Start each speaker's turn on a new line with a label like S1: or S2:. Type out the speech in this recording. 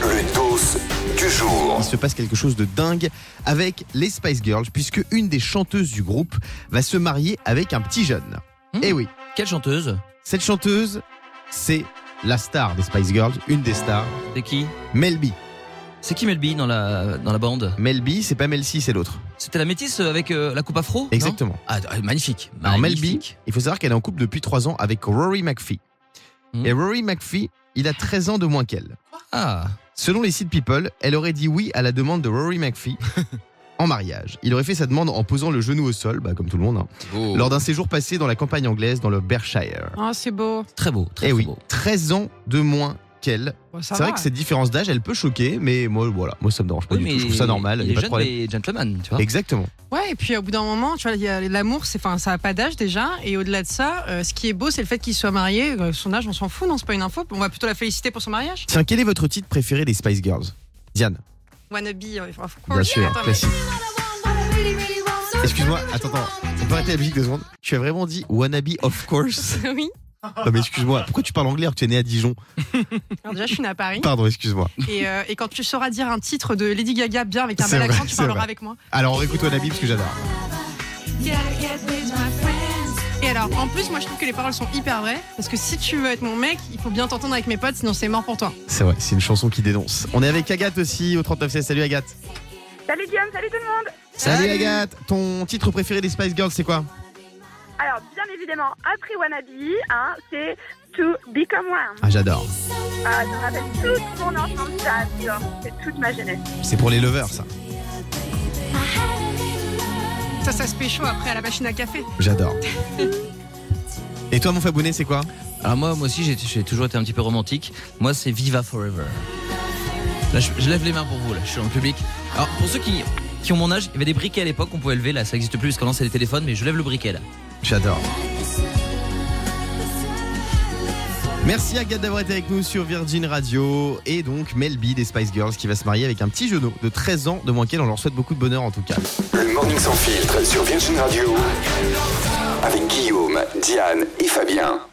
S1: Le dos du jour.
S2: Il se passe quelque chose de dingue avec les Spice Girls, puisque une des chanteuses du groupe va se marier avec un petit jeune.
S3: Hmm.
S2: Eh oui,
S3: Quelle chanteuse
S2: cette chanteuse, c'est la star des Spice Girls, une des stars,
S3: C'est qui
S2: Mel B.
S3: C'est qui Melby dans la, dans la bande
S2: Mel B, c'est pas Mel C, c'est l'autre.
S3: C'était la métisse avec euh, la coupe afro non
S2: Exactement.
S3: Ah, ah, magnifique.
S2: Alors Mel B,
S3: magnifique.
S2: il faut savoir qu'elle est en couple depuis 3 ans avec Rory McPhee.
S3: Hmm.
S2: Et Rory McPhee, il a 13 ans de moins qu'elle.
S3: Ah,
S2: Selon les sites People, elle aurait dit oui à la demande de Rory McPhee en mariage. Il aurait fait sa demande en posant le genou au sol, bah, comme tout le monde, hein,
S3: beau.
S2: lors d'un séjour passé dans la campagne anglaise, dans le Berkshire.
S4: Ah, c'est beau.
S3: Très beau, très,
S2: Eh
S3: très
S2: oui,
S3: beau.
S2: 13 ans de moins qu'elle.
S4: Bon, ça
S2: C'est vrai
S4: va.
S2: que cette différence d'âge, elle peut choquer, mais moi, voilà, moi ça me dérange pas
S3: Oui,
S2: du
S3: mais
S2: tout. Je trouve ça normal,
S3: Il
S2: y
S3: est
S2: a pas de
S3: jeune,
S2: problème.
S3: mais gentleman, tu vois.
S2: Exactement.
S4: Ouais, et puis au bout d'un moment, tu vois, il y a- l'amour, c'est, enfin, ça n'a pas d'âge déjà. Et au-delà de ça, euh, ce qui est beau, c'est le fait qu'il soit marié. Euh, Son âge, on s'en fout, non, c'est pas une info. On va plutôt la féliciter pour son mariage.
S2: Tiens, quel est votre titre préféré des Spice Girls Diane,
S4: Wannabe, euh, of course.
S2: bien sûr,
S4: Attends, mais-
S2: classique. Excuse-moi, attends, attends, on peut arrêter la musique deux secondes. Tu as vraiment dit wannabe, of course.
S4: oui.
S2: Non, mais excuse-moi, pourquoi tu parles anglais alors que tu es né à Dijon
S4: Alors déjà, je suis née à Paris.
S2: Pardon, excuse-moi.
S4: Et, euh, et quand tu sauras dire un titre de Lady Gaga bien avec un
S2: C'est
S4: bel
S2: vrai,
S4: accent, tu
S2: c'est
S4: parleras
S2: vrai.
S4: avec moi.
S2: Alors, on écoute wannabe parce que j'adore.
S4: Et alors, en plus, moi, je trouve que les paroles sont hyper vraies. Parce que si tu veux être mon mec, il faut bien t'entendre avec mes potes, sinon c'est mort pour toi.
S2: C'est vrai, c'est une chanson qui dénonce. On est avec Agathe aussi au 39C. Salut Agathe.
S5: Salut Guillaume, salut tout le monde
S2: Salut,
S4: Salut.
S2: Agathe. Ton titre préféré des Spice Girls, c'est quoi
S5: Alors bien évidemment, après Wannabe, hein, c'est To Become One.
S2: Ah, j'adore.
S5: Ah, ça me rappelle toute mon enfance, j'adore. C'est toute ma jeunesse.
S2: C'est pour les lovers, ça.
S4: Ça, ça se pécho après à la machine à café.
S2: J'adore. Et toi, mon Fabounet, c'est quoi
S3: Alors moi, moi aussi, j'ai- j'ai toujours été un petit peu romantique. Moi, c'est Viva Forever. Là, je, je lève les mains pour vous. Là, je suis dans le public. Alors pour ceux qui qui ont mon âge, il y avait des briquets à l'époque, on pouvait lever. Là, ça n'existe plus parce qu'on lance les téléphones, mais je lève le briquet là.
S2: J'adore. Merci Agathe d'avoir été avec nous sur Virgin Radio et donc Melby des Spice Girls qui va se marier avec un petit genou de 13 ans de moins qu'elle. On leur souhaite beaucoup de bonheur en tout cas.
S1: Le morning sans filtre sur Virgin Radio. Avec Guillaume, Diane et Fabien.